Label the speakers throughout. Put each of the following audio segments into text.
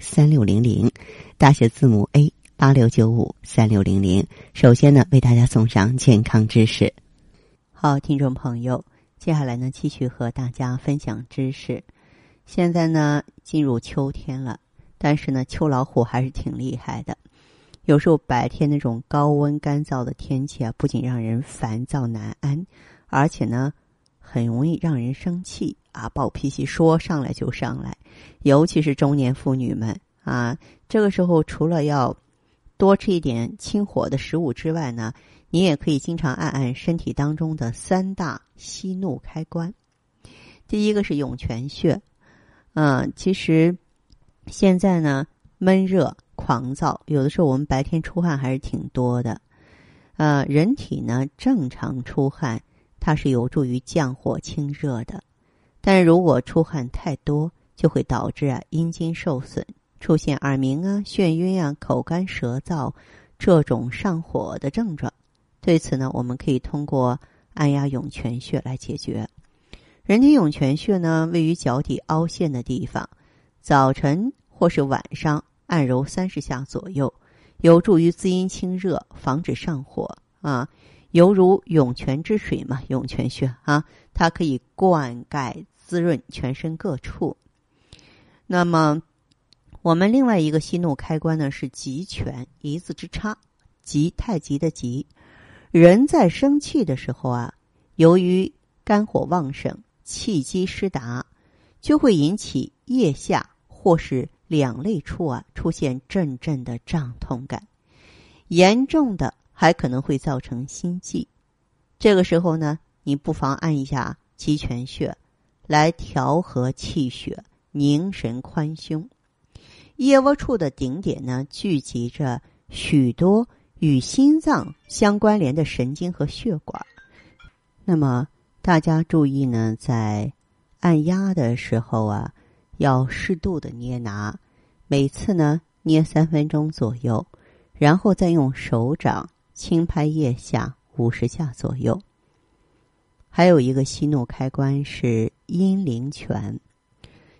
Speaker 1: 三六零零，大写字母 A 八六九五三六零零。首先呢，为大家送上健康知识。
Speaker 2: 好，听众朋友，接下来呢，继续和大家分享知识。现在呢，进入秋天了，但是呢，秋老虎还是挺厉害的。有时候白天那种高温干燥的天气啊，不仅让人烦躁难安，而且呢，很容易让人生气啊，暴脾气说上来就上来。尤其是中年妇女们啊，这个时候除了要多吃一点清火的食物之外呢，你也可以经常按按身体当中的三大息怒开关。第一个是涌泉穴。嗯，其实现在呢，闷热、狂躁，有的时候我们白天出汗还是挺多的。呃，人体呢正常出汗，它是有助于降火清热的。但如果出汗太多，就会导致啊阴经受损，出现耳鸣啊、眩晕啊、口干舌燥这种上火的症状。对此呢，我们可以通过按压涌泉穴来解决。人体涌泉穴呢，位于脚底凹陷的地方，早晨或是晚上按揉三十下左右，有助于滋阴清热，防止上火啊。犹如涌泉之水嘛，涌泉穴啊，它可以灌溉滋润全身各处。那么，我们另外一个息怒开关呢是极泉，一字之差，极太极的极。人在生气的时候啊，由于肝火旺盛。气机失达，就会引起腋下或是两肋处啊出现阵阵的胀痛感，严重的还可能会造成心悸。这个时候呢，你不妨按一下极泉穴，来调和气血，凝神宽胸。腋窝处的顶点呢，聚集着许多与心脏相关联的神经和血管，那么。大家注意呢，在按压的时候啊，要适度的捏拿，每次呢捏三分钟左右，然后再用手掌轻拍腋下五十下左右。还有一个息怒开关是阴陵泉，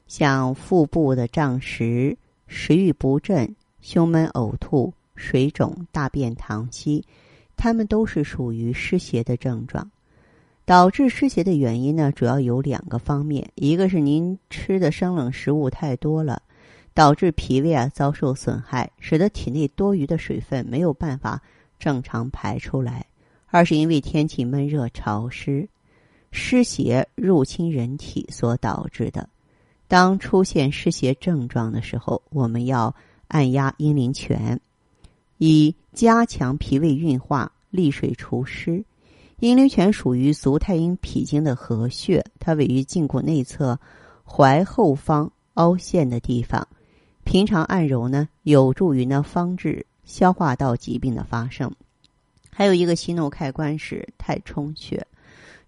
Speaker 2: 像腹部的胀实、食欲不振、胸闷呕吐、水肿、大便溏稀，它们都是属于湿邪的症状。导致湿邪的原因呢，主要有两个方面，一个是您吃的生冷食物太多了，导致脾胃啊遭受损害，使得体内多余的水分没有办法正常排出来；二是因为天气闷热潮湿，湿邪入侵人体所导致的。当出现湿邪症状的时候，我们要按压阴陵泉，以加强脾胃运化、利水除湿。阴陵泉属于足太阴脾经的合穴，它位于胫骨内侧踝后方凹陷的地方。平常按揉呢，有助于呢防治消化道疾病的发生。还有一个息怒开关是太冲穴。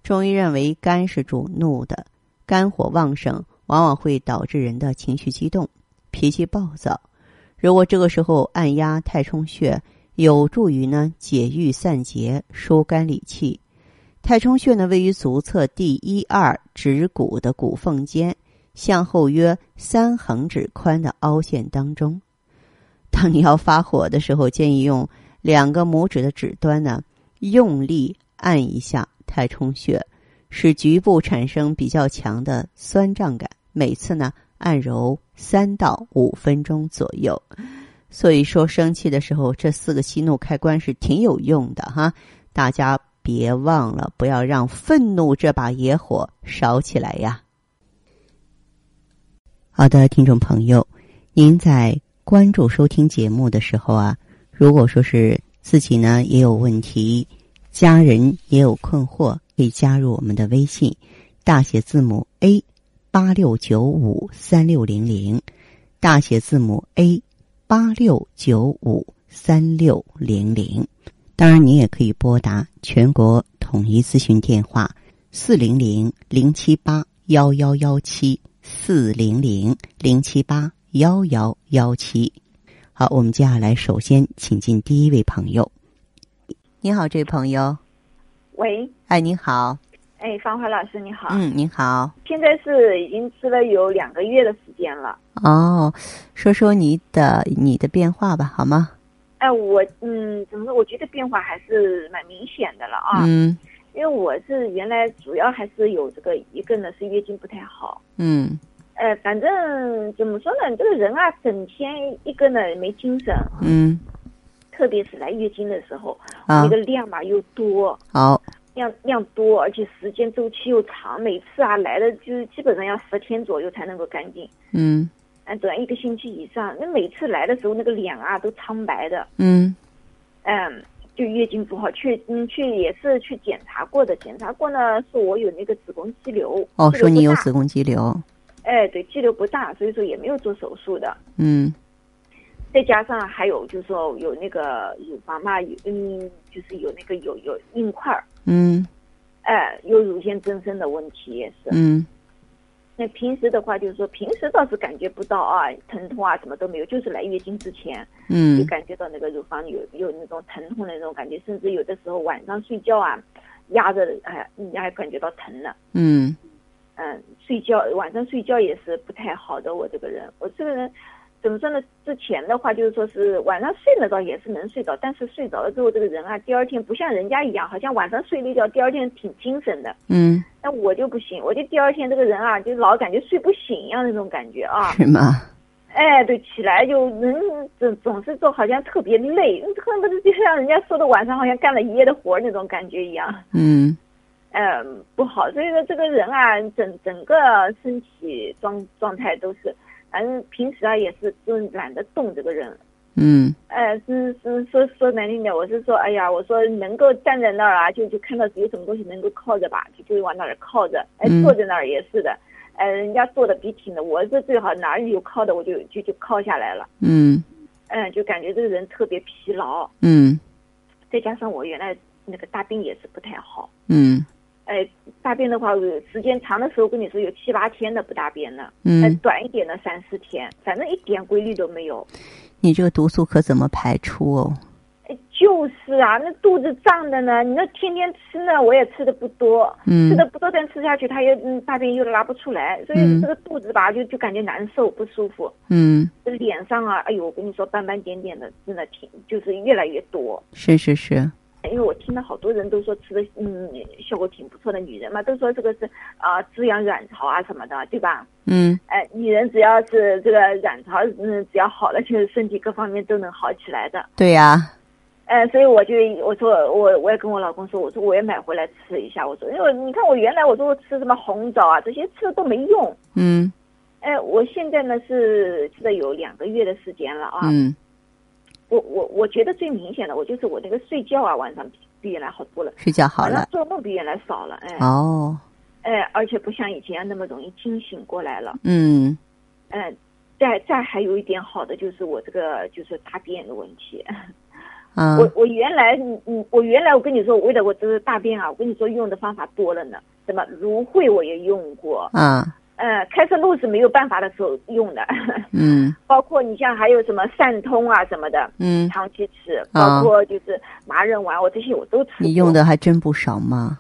Speaker 2: 中医认为肝是主怒的，肝火旺盛往往会导致人的情绪激动、脾气暴躁。如果这个时候按压太冲穴，有助于呢解郁散结、疏肝理气。太冲穴呢位于足侧第一二趾骨的骨缝间，向后约三横指宽的凹陷当中。当你要发火的时候，建议用两个拇指的指端呢用力按一下太冲穴，使局部产生比较强的酸胀感。每次呢按揉三到五分钟左右。所以说，生气的时候，这四个息怒开关是挺有用的哈。大家别忘了，不要让愤怒这把野火烧起来呀。
Speaker 1: 好的，听众朋友，您在关注收听节目的时候啊，如果说是自己呢也有问题，家人也有困惑，可以加入我们的微信，大写字母 A 八六九五三六零零，大写字母 A。
Speaker 2: 八六九五三六零零。当然，你也可以拨打全国统一咨询电话四零零零七八幺幺幺七四零零零七八幺幺幺七。好，我们接下来首先请进第一位朋友。你好，这位朋友。
Speaker 3: 喂，
Speaker 2: 哎，你好。
Speaker 3: 哎，方怀老师你好，
Speaker 2: 嗯，你好。
Speaker 3: 现在是已经吃了有两个月的时间了。
Speaker 2: 哦，说说你的你的变化吧，好吗？
Speaker 3: 哎，我嗯，怎么说？我觉得变化还是蛮明显的了啊。
Speaker 2: 嗯
Speaker 3: 因为我是原来主要还是有这个一个呢是月经不太好，
Speaker 2: 嗯
Speaker 3: 呃，反正怎么说呢，这个人啊，整天一个呢没精神，
Speaker 2: 嗯，
Speaker 3: 特别是来月经的时候，
Speaker 2: 啊
Speaker 3: 那个，量嘛又多，
Speaker 2: 好，
Speaker 3: 量量多，而且时间周期又长，每次啊来了就基本上要十天左右才能够干净。
Speaker 2: 嗯
Speaker 3: 啊，短一个星期以上。那每次来的时候，那个脸啊都苍白的，
Speaker 2: 嗯
Speaker 3: 嗯，就月经不好。去嗯去也是去检查过的，检查过呢，说我有那个子宫肌瘤。
Speaker 2: 哦，
Speaker 3: 肌瘤
Speaker 2: 说你
Speaker 3: 不
Speaker 2: 有
Speaker 3: 大
Speaker 2: 子宫肌瘤，
Speaker 3: 哎，对，肌瘤不大，所以说也没有做手术的。
Speaker 2: 嗯
Speaker 3: 再加上还有就是说有那个乳房嘛，有嗯，就是有那个有有硬块儿，
Speaker 2: 嗯
Speaker 3: 哎，有乳腺增生的问题也是。
Speaker 2: 嗯
Speaker 3: 那平时的话，就是说平时倒是感觉不到啊，疼痛啊什么都没有，就是来月经之前。就
Speaker 2: 嗯
Speaker 3: 感觉到那个乳房有有那种疼痛的那种感觉，甚至有的时候晚上睡觉啊，压着哎，你还感觉到疼了。
Speaker 2: 嗯
Speaker 3: 嗯，睡觉晚上睡觉也是不太好的。我这个人，我这个人怎么说呢？之前的话就是说是晚上睡得着也是能睡着，但是睡着了之后，这个人啊，第二天不像人家一样，好像晚上睡了一觉，第二天挺精神的。
Speaker 2: 嗯，
Speaker 3: 但我就不行，我就第二天这个人啊，就老感觉睡不醒一样那种感觉啊。
Speaker 2: 是吗？
Speaker 3: 哎，对，起来就人总总是就好像特别累，恨不得就像人家说的晚上好像干了一夜的活儿那种感觉一样，
Speaker 2: 嗯
Speaker 3: 嗯，不好。所以说这个人啊，整整个身体状状态都是，反正平时啊也是就是懒得动这个人。
Speaker 2: 嗯
Speaker 3: 呃，是是说说难听点，我是说，哎呀，我说能够站在那儿啊，就就看到有什么东西能够靠着吧，就就往那儿靠着。哎
Speaker 2: 嗯，
Speaker 3: 坐在那儿也是的，呃，人家坐的笔挺的，我是最好哪儿有靠的，我就就就靠下来了。
Speaker 2: 嗯
Speaker 3: 嗯，就感觉这个人特别疲劳，
Speaker 2: 嗯
Speaker 3: 再加上我原来那个大便也是不太好，
Speaker 2: 嗯
Speaker 3: 哎，大便的话，有时间长的时候跟你说有七八天的不大便呢，哎，
Speaker 2: 嗯，
Speaker 3: 短一点的三四天，反正一点规律都没有。
Speaker 2: 你这个毒素可怎么排出哦？
Speaker 3: 哎，就是啊，那肚子胀的呢，你那天天吃呢，我也吃的不多，
Speaker 2: 嗯
Speaker 3: 吃的不多，但吃下去它又嗯大便又拉不出来，所
Speaker 2: 嗯
Speaker 3: 以这个肚子吧就就感觉难受不舒服，
Speaker 2: 嗯，
Speaker 3: 这脸上啊，哎呦，我跟你说斑斑点点的，真的挺就是越来越多。
Speaker 2: 是是是，
Speaker 3: 因为我听到好多人都说吃的，嗯，效果挺不错的。女人嘛，都说这个是啊、滋养卵巢啊什么的，对吧？
Speaker 2: 嗯
Speaker 3: 哎、女人只要是这个卵巢，嗯，只要好了，就是身体各方面都能好起来的。
Speaker 2: 对呀、
Speaker 3: 哎、所以我就我说我我也跟我老公说，我说我也买回来吃一下。我说，因为你看我原来我都吃什么红枣啊这些吃的都没用。
Speaker 2: 嗯
Speaker 3: 哎、我现在呢是吃了有两个月的时间了啊。
Speaker 2: 嗯
Speaker 3: 我我我觉得最明显的，我就是我那个睡觉啊，晚上比比原来好多了。
Speaker 2: 睡觉好
Speaker 3: 像
Speaker 2: 了
Speaker 3: 做梦比原来少了，哎，
Speaker 2: 哦，
Speaker 3: 哎，而且不像以前那么容易惊醒过来了，
Speaker 2: 嗯
Speaker 3: 哎，再再还有一点好的就是我这个就是大便的问题，
Speaker 2: 啊
Speaker 3: 我我原来嗯嗯，我原来我跟你说，我为了我这个大便啊，我跟你说用的方法多了呢，什么芦荟我也用过，
Speaker 2: 啊
Speaker 3: 呃，开塞露是没有办法的时候用的，
Speaker 2: 嗯
Speaker 3: 包括你像还有什么散通啊什么的，
Speaker 2: 嗯，
Speaker 3: 长期吃，
Speaker 2: 啊
Speaker 3: 包括就是麻仁丸，我这些我都吃过。
Speaker 2: 你用的还真不少嘛。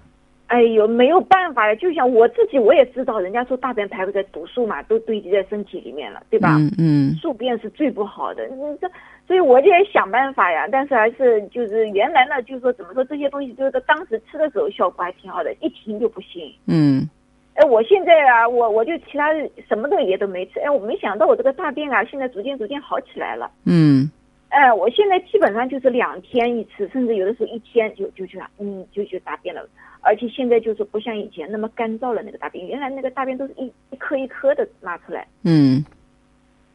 Speaker 3: 哎呦，没有办法呀，就像我自己，我也知道，人家说大便排出的毒素嘛，都堆积在身体里面了，对吧？
Speaker 2: 嗯嗯
Speaker 3: 宿便是最不好的，你这，所以我就也想办法呀。但是还是就是原来呢，就是说怎么说这些东西，就是说当时吃的时候效果还挺好的，一停就不行。
Speaker 2: 嗯
Speaker 3: 哎，我现在啊，我我就其他什么东西也都没吃。哎，我没想到我这个大便啊，现在逐渐逐渐好起来了。
Speaker 2: 嗯
Speaker 3: 哎，我现在基本上就是两天一次，甚至有的时候一天就就去嗯就去大便了，而且现在就是不像以前那么干燥了那个大便，原来那个大便都是一一颗一颗的拉出来，
Speaker 2: 嗯，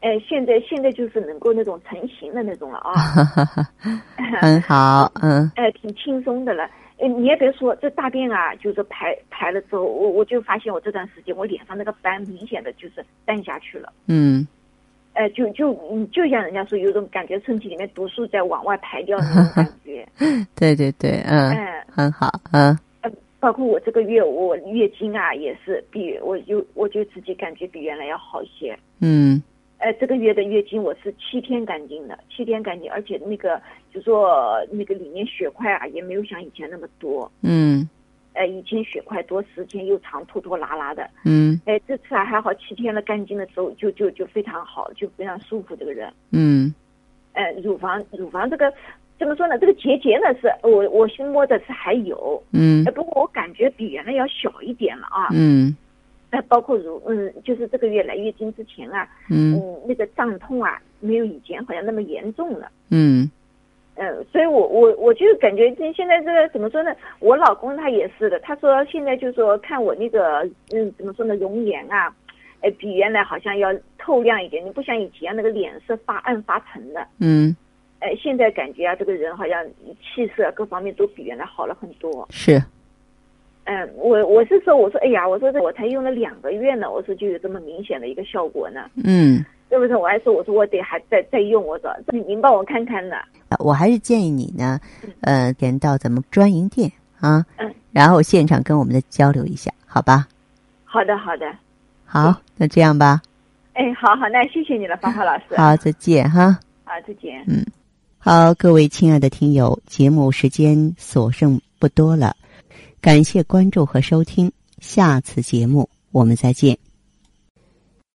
Speaker 3: 哎，现在现在就是能够那种成型的那种了 啊，
Speaker 2: 哈哈哈，很好，嗯
Speaker 3: 哎，挺轻松的了。哎，你也别说，这大便啊，就是排排了之后，我我就发现我这段时间我脸上那个斑明显的就是淡下去了。
Speaker 2: 嗯
Speaker 3: 呃，就就嗯就像人家说，有种感觉身体里面毒素在往外排掉那种感觉。
Speaker 2: 对对对，嗯，
Speaker 3: 嗯，
Speaker 2: 很好，嗯，
Speaker 3: 包括我这个月我月经啊也是比我就我就自己感觉比原来要好一些。
Speaker 2: 嗯，
Speaker 3: 呃，这个月的月经我是七天干净的，七天干净，而且那个就说那个里面血块啊也没有像以前那么多。
Speaker 2: 嗯，
Speaker 3: 呃，以前血块多，十天又长，拖拖拉拉的。
Speaker 2: 嗯，
Speaker 3: 哎，这次啊还好，七天了干净了之后就就就非常好，就非常舒服这个人。
Speaker 2: 嗯，
Speaker 3: 呃，乳房乳房这个怎么说呢？这个结节呢是我我心摸的是还有，
Speaker 2: 嗯
Speaker 3: 呃，，不过我感觉比原来要小一点了啊。
Speaker 2: 嗯，
Speaker 3: 呃，包括乳嗯，就是这个月来月经之前啊，
Speaker 2: 嗯，
Speaker 3: 嗯，那个胀痛啊，没有以前好像那么严重了。
Speaker 2: 嗯，
Speaker 3: 嗯，所以我我我就感觉这现在这个怎么说呢？我老公他也是的，他说现在就说看我那个嗯怎么说呢容颜啊，哎比原来好像要透亮一点，你不像以前那个脸色发暗发沉的，
Speaker 2: 嗯，
Speaker 3: 哎现在感觉啊这个人好像气色啊各方面都比原来好了很多。
Speaker 2: 是，
Speaker 3: 嗯，我我是说我说哎呀，我说这我才用了两个月呢，我说就有这么明显的一个效果呢，
Speaker 2: 嗯。
Speaker 3: 对不对？我还说我说我得还再再用，我说这您帮我看看呢。
Speaker 2: 啊我还是建议你呢，呃，先到咱们专营店啊
Speaker 3: 嗯，
Speaker 2: 然后现场跟我们的交流一下，好吧？
Speaker 3: 好的好的，
Speaker 2: 好，那这样吧，
Speaker 3: 哎好好，那谢谢你了，芳华老师。
Speaker 2: 好，再见哈。
Speaker 3: 啊，再见。
Speaker 1: 好，各位亲爱的听友，节目时间所剩不多了，感谢关注和收听，下次节目我们再见。